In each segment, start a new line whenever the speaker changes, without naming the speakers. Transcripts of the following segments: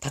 多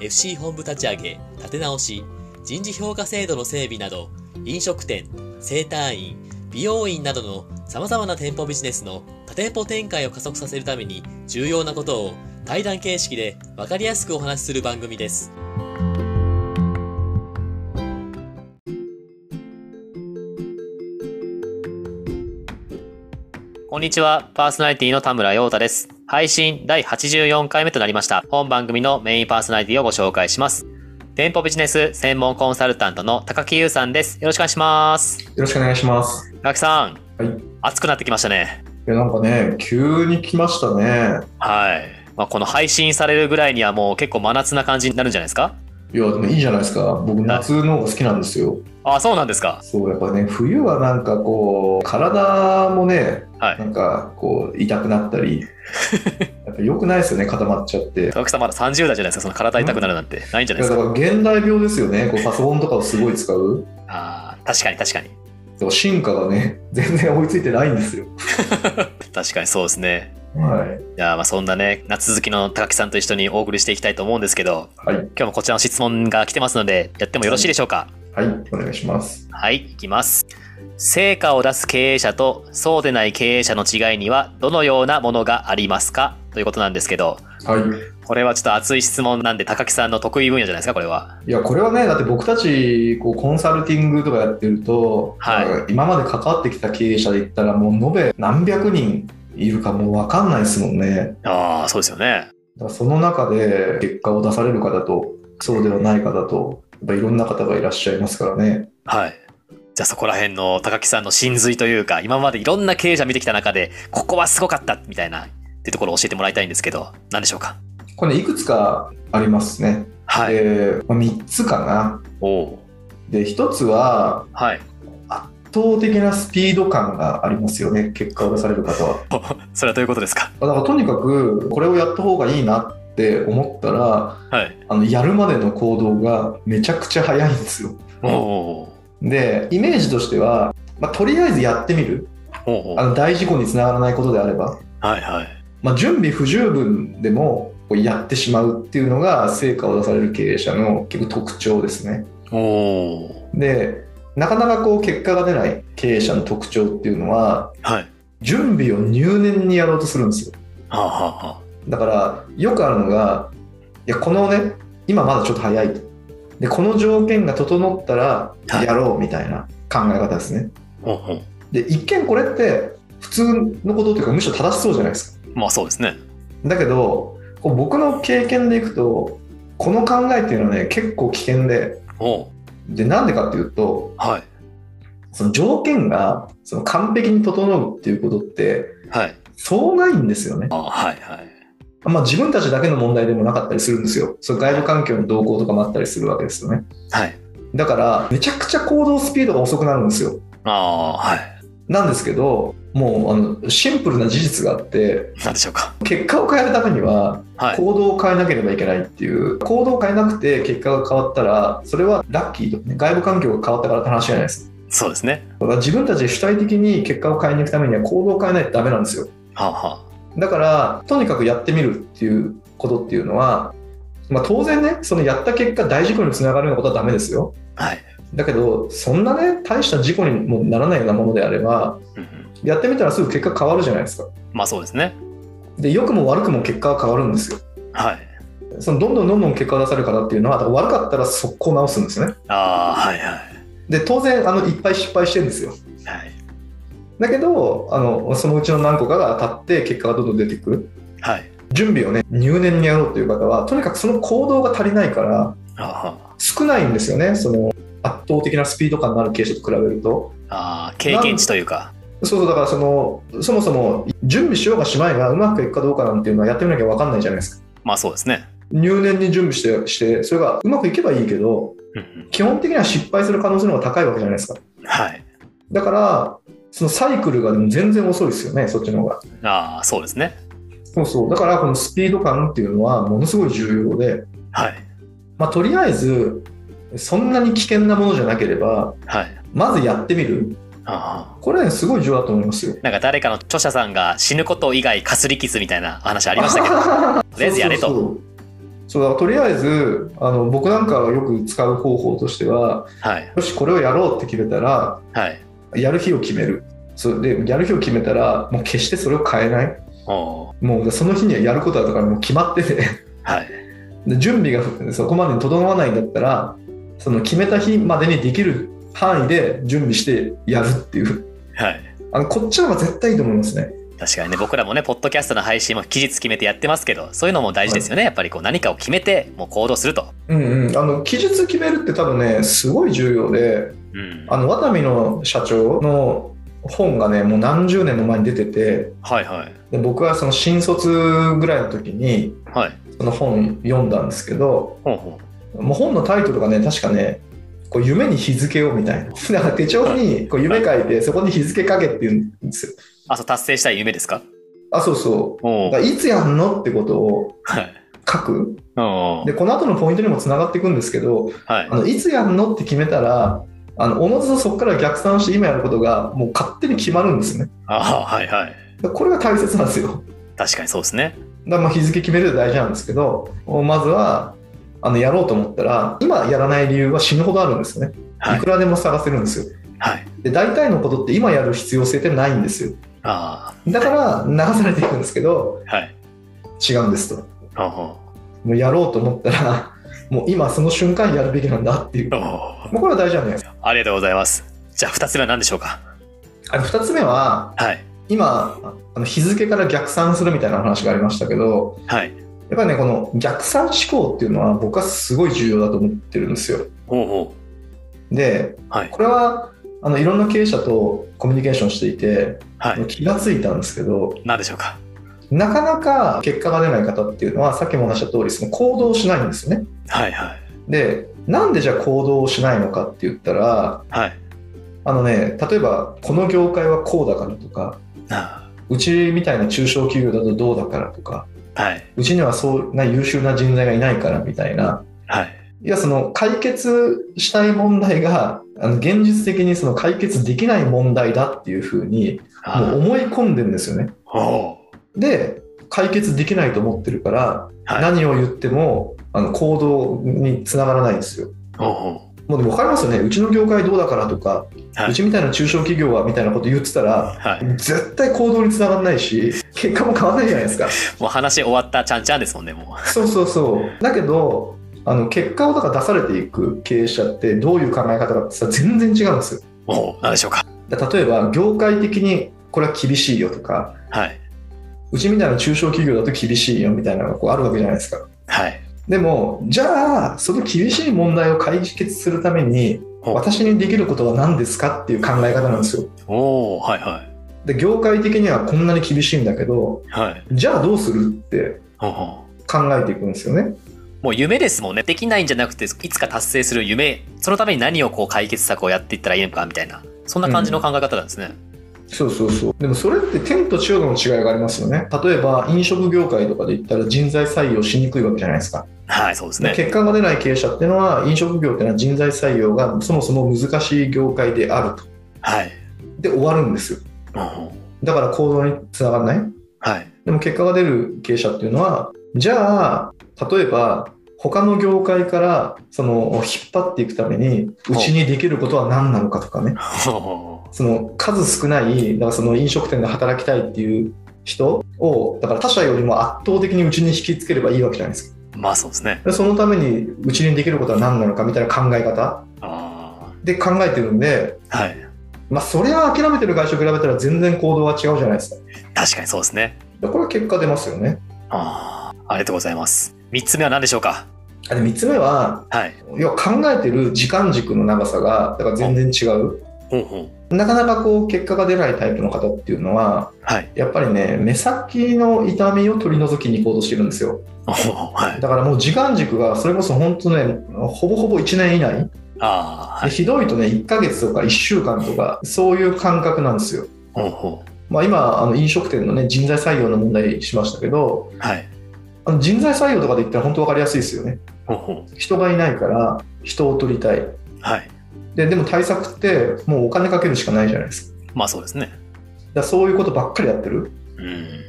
FC 本部立ち上げ立て直し人事評価制度の整備など飲食店整体院美容院などの様々な店舗ビジネスの多店舗展開を加速させるために重要なことを対談形式で分かりやすくお話しする番組です。こんにちは。パーソナリティの田村陽太です。配信第84回目となりました。本番組のメインパーソナリティをご紹介します。店舗ビジネス専門コンサルタントの高木優さんです。よろしくお願いします。
よろしくお願いします。
高木さん。
はい
暑くなってきましたね。
いやなんかね、急に来ましたね。
はい。まあ、この配信されるぐらいにはもう結構真夏な感じになるんじゃないですか
いや、でもいいじゃないですか。僕、夏の方が好きなんですよ。
あそうなんですか。
そう、やっぱね、冬はなんかこう、体もね、
はい
なんかこう、痛くなった り、やっぱ良くないですよね、固まっちゃって。い
高木さんまだ30代じゃないですか。その体痛くなるなんてないんじゃない
や
で
だ
す
か
か。
ら現代病ですよね、こうパソコンとかをすごい使う。
ああ、確かに確かに。
でも進化がね、全然追いついてないんですよ。
確かにそうですね。
はい。
いやーまあそんなね、夏好きの高木さんと一緒にお送りしていきたいと思うんですけど、
はい。
今日もこちらの質問が来てますので、やってもよろしいでしょうか。
はい、お願いします。
はい、いきます。成果を出す経営者とそうでない経営者の違いにはどのようなものがありますかということなんですけど、
はい。
これはちょっと熱い質問なんで高木さんの得意分野じゃないですか、これは。
いやこれはねだって僕たちこうコンサルティングとかやってると、
はい
なんか今まで関わってきた経営者で言ったらもう延べ何百人いるかもう分かんないですもんね
ああ、そうですよね。
だからその中で結果を出される方とそうではない方とやっぱいろんな方がいらっしゃいますからね
はい。じゃあそこら辺の高木さんの真髄というか、今までいろんな経営者見てきた中で、ここはすごかったみたいな、っていうところを教えてもらいたいんですけど、何でしょうか。
これねいくつかありますね、
はい。
でまあ3つかな
おおう。
で1つは
はい。
圧倒的なスピード感がありますよね結果を出される方は
それはどういうことですか
だからとにかくこれをやった方がいいなって思ったら
はい。
あのやるまでの行動がめちゃくちゃ早いんですよ。
おお
でイメージとしては、まあ、とりあえずやってみる
ー。おお
あ
ー。
の大事故につながらないことであれば、
はいはい。
まあ、準備不十分でもこうやってしまうっていうのが成果を出される経営者の結構特徴ですね。
おお。
でなかなかこう結果が出ない経営者の特徴っていうのは
はい。
準備を入念にやろうとするんですよ。
はあ、はあはあ、
だからよくあるのがいやこのね今まだちょっと早いとでこの条件が整ったら
はい
やろうみたいな考え方ですね
ほうほう
で一見これって普通のことというかむしろ正しそうじゃないですか
まあそうですね。
だけどこう僕の経験でいくとこの考えっていうのはね結構危険で
おう
でなんでかっていうと
はい。
その条件がその完璧に整うっていうことって
はい。
そうないんですよね
あはいはい。
まあ、自分たちだけの問題でもなかったりするんですよ。そう外部環境の動向とかもあったりするわけですよね。
はい。
だから、めちゃくちゃ行動スピードが遅くなるんですよ。
ああ、はい。
なんですけど、もうあのシンプルな事実があって、
なんでしょうか。
結果を変えるためには
はい。
行動を変えなければいけないっていう、行動を変えなくて結果が変わったら、それはラッキーとかね、外部環境が変わったからって話じゃないです。
そうですね。
だから自分たち主体的に結果を変えに行くためには行動を変えないとダメなんですよ。
はあ、は
だからとにかくやってみるっていうことっていうのは、まあ、当然ねそのやった結果大事故につながるようなことはダメですよ
あ、はい。
だけどそんなね大した事故にもならないようなものであれば
うんうん
やってみたらすぐ結果変わるじゃないですか
まあそうですね。
で良くも悪くも結果は変わるんですよ
はい。
そのどんどんどんどん結果を出される方っていうのはだから悪かったら速攻直すんですよね
ああ、はいはい。
で当然あのいっぱい失敗してるんですよ
はい。
だけどあのそのうちの何個かが当たって結果がどんどん出てくる
はい。
準備をね入念にやろうという方はとにかくその行動が足りないから
はあ、は
少ないんですよねその圧倒的なスピード感のある経営者と比べると
あ、あー経験値というか。
そうそうだからそのそもそも準備しようがしまいがうまくいくかどうかなんていうのはやってみなきゃ分かんないじゃないですか
まあそうですね。
入念に準備してしてそれがうまくいけばいいけど
うん
基本的には失敗する可能性の方が高いわけじゃないですか
うんはい。
だからそのサイクルがでも全然遅いですよねそっちの方が
ああ、そうですね。
そうそうだからこのスピード感っていうのはものすごい重要で、
はい。
まあ、とりあえずそんなに危険なものじゃなければ
はい。
まずやってみる
あ
これねすごい重要だと思いますよ
あ。なんか誰かの著者さんが死ぬこと以外かすり傷みたいな話ありましたけ ど、とりあえずやれ
そうそ
と。
うそうそうだからとりあえずあの僕なんかがよく使う方法としては
はい。
よしこれをやろうって決めたら
はい。
やる日を決めるそれでやる日を決めたらもう決してそれを変えない
おー
もうその日にはやることだからもう決まってて
はい。
で準備がそこまでに整わないんだったらその決めた日までにできる範囲で準備してやるっていう
はい。
あのこっちの方が絶対いいと思いますね
確かにね、僕らもね、ポッドキャストの配信も期日決めてやってますけど、そういうのも大事ですよね。やっぱりこう何かを決めて、もう行動すると。
うんうんあの期日決めるって多分ねすごい重要で
うん。
あのワタミの社長の本がねもう何十年の前に出てて
はいはい。
で僕はその新卒ぐらいの時に
はい。
その本読んだんですけど
ほうほ
もう本のタイトルがね確かねこう夢に日付をみたいな だから手帳にこう夢書いてそこに日付書けって言うんですよ
う。あ、そう、達成したい夢ですか
あそうそう
おー
だからいつやんのってことを
はい。
書く
お
で
ー
この後のポイントにもつながっていくんですけど
はい
あ。のいつやんのって決めたらあのおのずとそこから逆算して今やることがもう勝手に決まるんですね
ああ、はいはい。
これが大切なんですよ。
確かにそうですね。
だからまあ日付決めるの大事なんですけど、まずはあのやろうと思ったら、今やらない理由は死ぬほどあるんですよね。
はい
いくらでも探せるんですよ。
はい。
で大体のことって今やる必要性ってないんですよ。
あ
だから流されていくんですけど、
あ、はい。
違うんですと。
おお
もうやろうと思ったら、もう今その瞬間やるべきなんだって いう。
お
も
お
うこれは大事なんじゃないですか。
ありがとうございます。じゃあ、二つ目は何でしょうか
あの2つ目は、
はい。
今、あの日付から逆算するみたいな話がありましたけど、
はい。
やっぱりね、この逆算思考っていうのは僕はすごい重要だと思ってるんですよ。
おうおう
で、
はい。
これはあのいろんな経営者とコミュニケーションしていて、
はい。
気がついたんですけど、
何でしょうか
なかなか結果が出ない方っていうのは、さっきも話した通り、その行動をしないんですよね。
はいはい。
で、なんでじゃあ行動をしないのかって言ったら、
はい。
あのね、例えばこの業界はこうだからとか、
あ
うちみたいな中小企業だとどうだからとか、
あはい。
うちにはそんな優秀な人材がいないからみたいな、
はい。
いやその解決したい問題があの現実的にその解決できない問題だっていうふうに
あ
もう思い込んでるんですよね。
あおう
で解決できないと思ってるから、
はい
何を言ってもあの行動につながらないんですよ。
おうおう
もうでも分かりますよねうちの業界どうだからとか、
はいう
ちみたいな中小企業はみたいなこと言ってたら
はい。
絶対行動につながらないし結果も変わらないじゃないですか。
もう話終わったちゃんちゃんですもんね、も
そうそうそうだけどあの結果をだから出されていく経営者ってどういう考え方かってさ全然違うんですよ
う。おう何でしょうか
だ例えば業界的にこれは厳しいよとか
はい。
うちみたいな中小企業だと厳しいよみたいなのがこうあるわけじゃないですか
はい。
でもじゃあその厳しい問題を解決するために
ほう
私にできることは何ですかっていう考え方なんですよ
おおはいはい。
で業界的にはこんなに厳しいんだけど
はい。
じゃあどうするって
おうおう
考えていくんですよね
もう夢ですもんね。できないんじゃなくて、いつか達成する夢、そのために何をこう解決策をやっていったらいいのかみたいな、そんな感じの考え方なんですね。
そうそうそうでもそれって天と地ほどの違いがありますよね例えば飲食業界とかで言ったら人材採用しにくいわけじゃないですか、
はい、そうですね。
結果が出ない経営者っていうのは飲食業っていうのは人材採用がそもそも難しい業界であると
はい。
で終わるんですよだから行動につながらない
はい。
でも結果が出る経営者っていうのはじゃあ例えば他の業界からその引っ張っていくためにうちにできることは何なのかとかねその数少ないだからその飲食店で働きたいっていう人をだから他社よりも圧倒的にうちに引きつければいいわけじゃないですか
まあそうですね。
でそのためにうちにできることは何なのかみたいな考え方
あ
で考えてるんで、
あ。はい。
まあ、それは諦めてる会社と比べたら全然行動は違うじゃないですか
確かにそうですね。
でこれは結果出ますよね
ああ。ありがとうございます。三つ目は何でしょうか
あで3つ目は
はい。
要は考えてる時間軸の長さがだから全然違う
ほうほ
なかなかこう結果が出ないタイプの方っていうのは
う。はい。
やっぱりね目先の痛みを取り除きに行こうとしてるんですよ
ほうほうはい。
だからもう時間軸がそれこそ本当ねほぼほぼ1年以内
ああ、は
で
い。
ひどいとね1ヶ月とか1週間とかそういう感覚なんですよ、
ほうほ
まあ、今あの飲食店のね人材採用の問題しましたけど
う。はい。
あの人材採用とかで言ったら本当分かりやすいですよね
ほうほ。
人がいないから人を取りたいう
はい。
ででも対策ってもうお金かけるしかないじゃないですか
まあそうですね。
だからそういうことばっかりやってる
うん。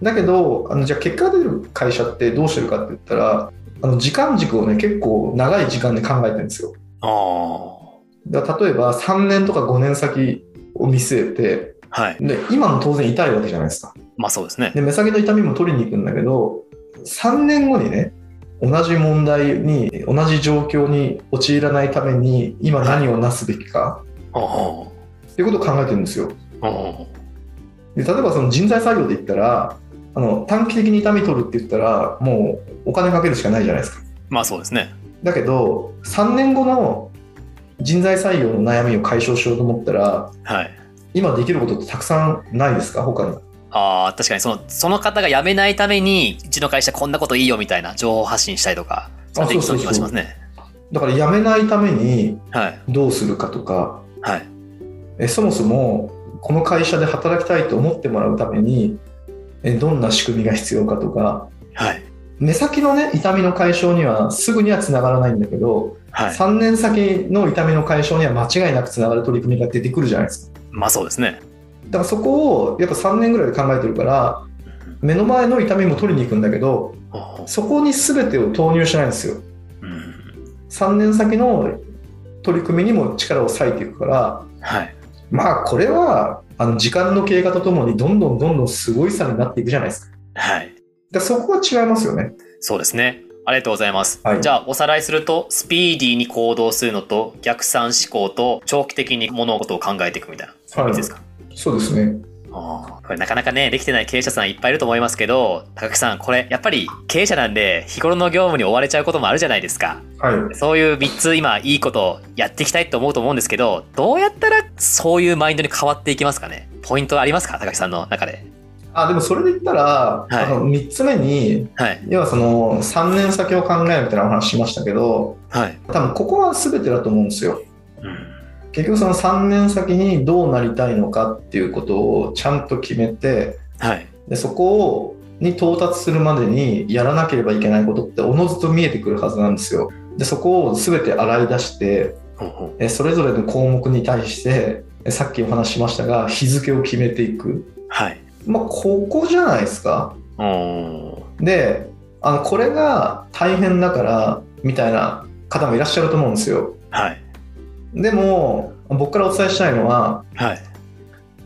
だけどあのじゃあ結果が出る会社ってどうしてるかって言ったらあの時間軸をね結構長い時間で考えてるんですよ
ああ。
だから例えば3年とか5年先を見据えて
はい。
で今も当然痛いわけじゃないですか
まあそうですね。
で目先の痛みも取りに行くんだけど3年後にね同じ問題に同じ状況に陥らないために今何をなすべきか
ほうほ
っていうことを考えてるんですよ
う。ほうほ
で例えばその人材採用で言ったらあの短期的に痛み取るって言ったらもうお金かけるしかないじゃないですか
う。まあそうですね。
だけど3年後の人材採用の悩みを解消しようと思ったら
はい。
今できることってたくさんないですか他に
ああ、確かにその、その方が辞めないために、うちの会社こんなこといいよみたいな情報発信したりとか、それできそうな気がしますね。
だから辞めないために
はい。
どうするかとか
はい。
えそもそもこの会社で働きたいと思ってもらうためにえどんな仕組みが必要かとか
はい。
目先のね痛みの解消にはすぐにはつながらないんだけど、
はい。
3年先の痛みの解消には間違いなくつながる取り組みが出てくるじゃないですか
まあそうですね。
だからそこをやっぱ3年ぐらいで考えてるから目の前の痛みも取りに行くんだけど
ほうほ
そこに全てを投入しないんですよ
ううん
3年先の取り組みにも力を割いていくから
はい。
まあこれはあの時間の経過とともにどんどんどんどんすごい差になっていくじゃないですか。
はい。
だからそこは違いますよね。
そうですね。ありがとうございます。
はい
じゃあ、おさらいすると、スピーディーに行動するのと、逆算思考と、長期的に物事を考えていくみたいな、そういう感じですか。
そうですね。
あーこれなかなかね、できてない経営者さんいっぱいいると思いますけど、高木さん、これ、やっぱり経営者なんで、日頃の業務に追われちゃうこともあるじゃないですか。
はい。
そういう3つ今いいことをやっていきたいと思うと思うんですけど、どうやったらそういうマインドに変わっていきますかねポイントありますか高木さんの中で。
あでもそれで言ったら、
い
あの3つ目に
はい。
要はその3年先を考えるみたいなお話しましたけど
はい。
多分ここは全てだと思うんですよ。
うん。
結局その3年先にどうなりたいのかっていうことをちゃんと決めて
はい。
でそこをに到達するまでにやらなければいけないことっておのずと見えてくるはずなんですよ。でそこを全て洗い出して
ほうほう
えそれぞれの項目に対してえさっきお話ししましたが日付を決めていく、
はい。
まあ、ここじゃないですか。
おー
であのこれが大変だからみたいな方もいらっしゃると思うんですよ。
はい。
でも僕からお伝えしたいのは
はい。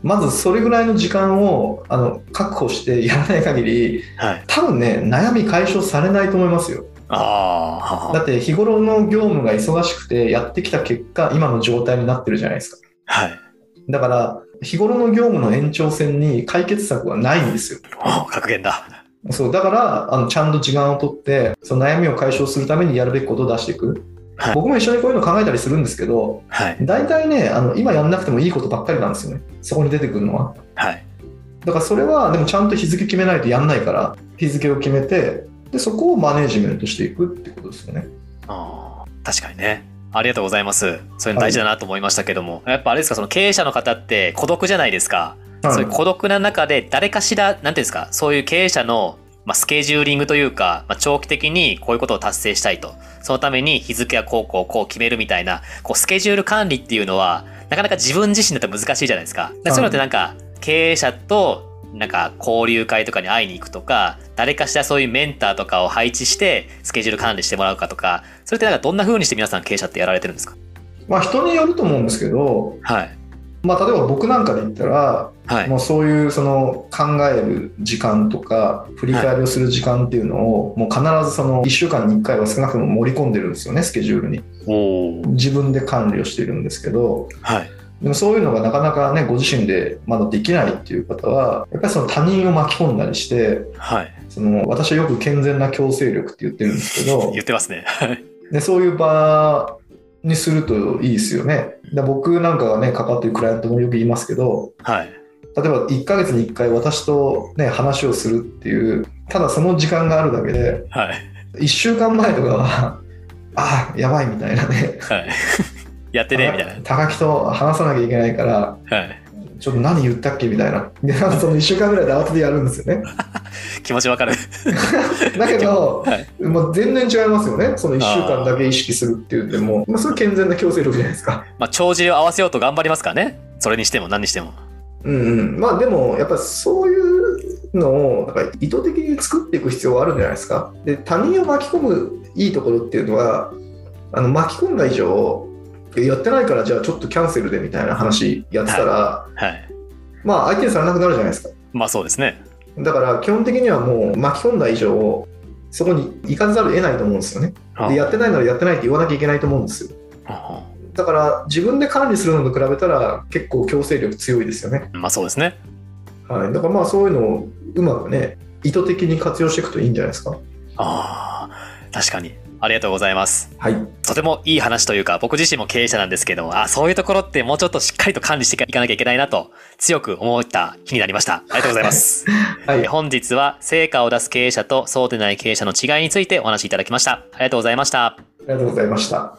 まずそれぐらいの時間をあの確保してやらない限り
はい。
多分ね悩み解消されないと思いますよ
ああ。は
だ
は
って日頃の業務が忙しくてやってきた結果今の状態になってるじゃないですか
はい。
だから日頃の業務の延長線に解決策はないんですよ
おー格言だ。
そうだからあのちゃんと時間を取ってその悩みを解消するためにやるべきことを出していく、
はい
僕も一緒にこういうの考えたりするんですけど
はい。
大体ねあの今やんなくてもいいことばっかりなんですよねそこに出てくるのは
はい。
だからそれはでもちゃんと日付決めないとやんないから日付を決めてでそこをマネージメントしていくってことですよね
あー確かにね。ありがとうございます。そういうの大事だなと思いましたけども、やっぱあれですか、その経営者の方って孤独じゃないですか。
はい
そういう孤独な中で誰かしら、なんていうんですか、そういう経営者の、まあ、スケジューリングというか、まあ、長期的にこういうことを達成したいと。そのために日付やこうこうこう決めるみたいな、こうスケジュール管理っていうのは、なかなか自分自身だと難しいじゃないですか。だからそういうのってなんか、経営者と、なんか交流会とかに会いに行くとか、誰かしらそういうメンターとかを配置して、スケジュール管理してもらうかとか、それってなんかどんな風にして皆さん経営者ってやられてるんですか
まあ人によると思うんですけど、
はい。
まあ、例えば僕なんかで言ったら
はい。
もうそういうその考える時間とか振り返りをする時間っていうのをもう必ずその1週間に1回は少なくとも盛り込んでるんですよねスケジュールに
おー
自分で管理をしているんですけど
はい。
でもそういうのがなかなかねご自身でまだできないっていう方はやっぱりその他人を巻き込んだりして
はい。
その私はよく健全な強制力って言ってるんですけど
言ってますね。はい。
でそういう場にするといいですよね。で僕なんかがね、かかってるクライアントもよく言いますけど、
はい。
例えば1ヶ月に1回私とね、話をするっていう、ただその時間があるだけで、
はい。
1週間前とかは、ああ、やばいみたいなね。
はい。 やってね、みたい
高木と話さなきゃいけないから、
な。はい。
ちょっと何言ったっけみたいな。で、なんかその1週間ぐらいで慌ててやるんですよ ね。
気持ちわかる。
だけど、
はい。
もう全然違いますよね。その1週間だけ意識するっていうでも、まあ、それ健全な強制力じゃないですか。
まあ、帳尻を合わせようと頑張りますからね。それにしても何にしても。
うんうん、まあでもやっぱりそういうのをなんか意図的に作っていく必要はあるんじゃないですか。で他人を巻き込むいいところっていうのはあの巻き込んだ以上やってないからじゃあちょっとキャンセルでみたいな話やってたら、
はい。
まあ相手にされなくなるじゃないですか。
まあ、そうですね。
だから基本的にはもう巻き込んだ以上そこに行かざるを得ないと思うんですよね。
は
でやってないならやってないって言わなきゃいけないと思うんですよ。
あは
だから自分で管理するのと比べたら結構強制力強いですよね。
あまあ、そうですね。
はい、だからまあそういうのをうまくね意図的に活用していくといいんじゃないですか。
ああ、確かに。ありがとうございます。
はい、
とてもいい話というか、僕自身も経営者なんですけど、あ、そういうところってもうちょっとしっかりと管理していかなきゃいけないなと、強く思った日になりました。ありがとうござい ます。
は
え
い、
本日は、成果を出す経営者とそうでない経営者の違いについてお話しいただきました。ありがとうございました。
ありがとうございました。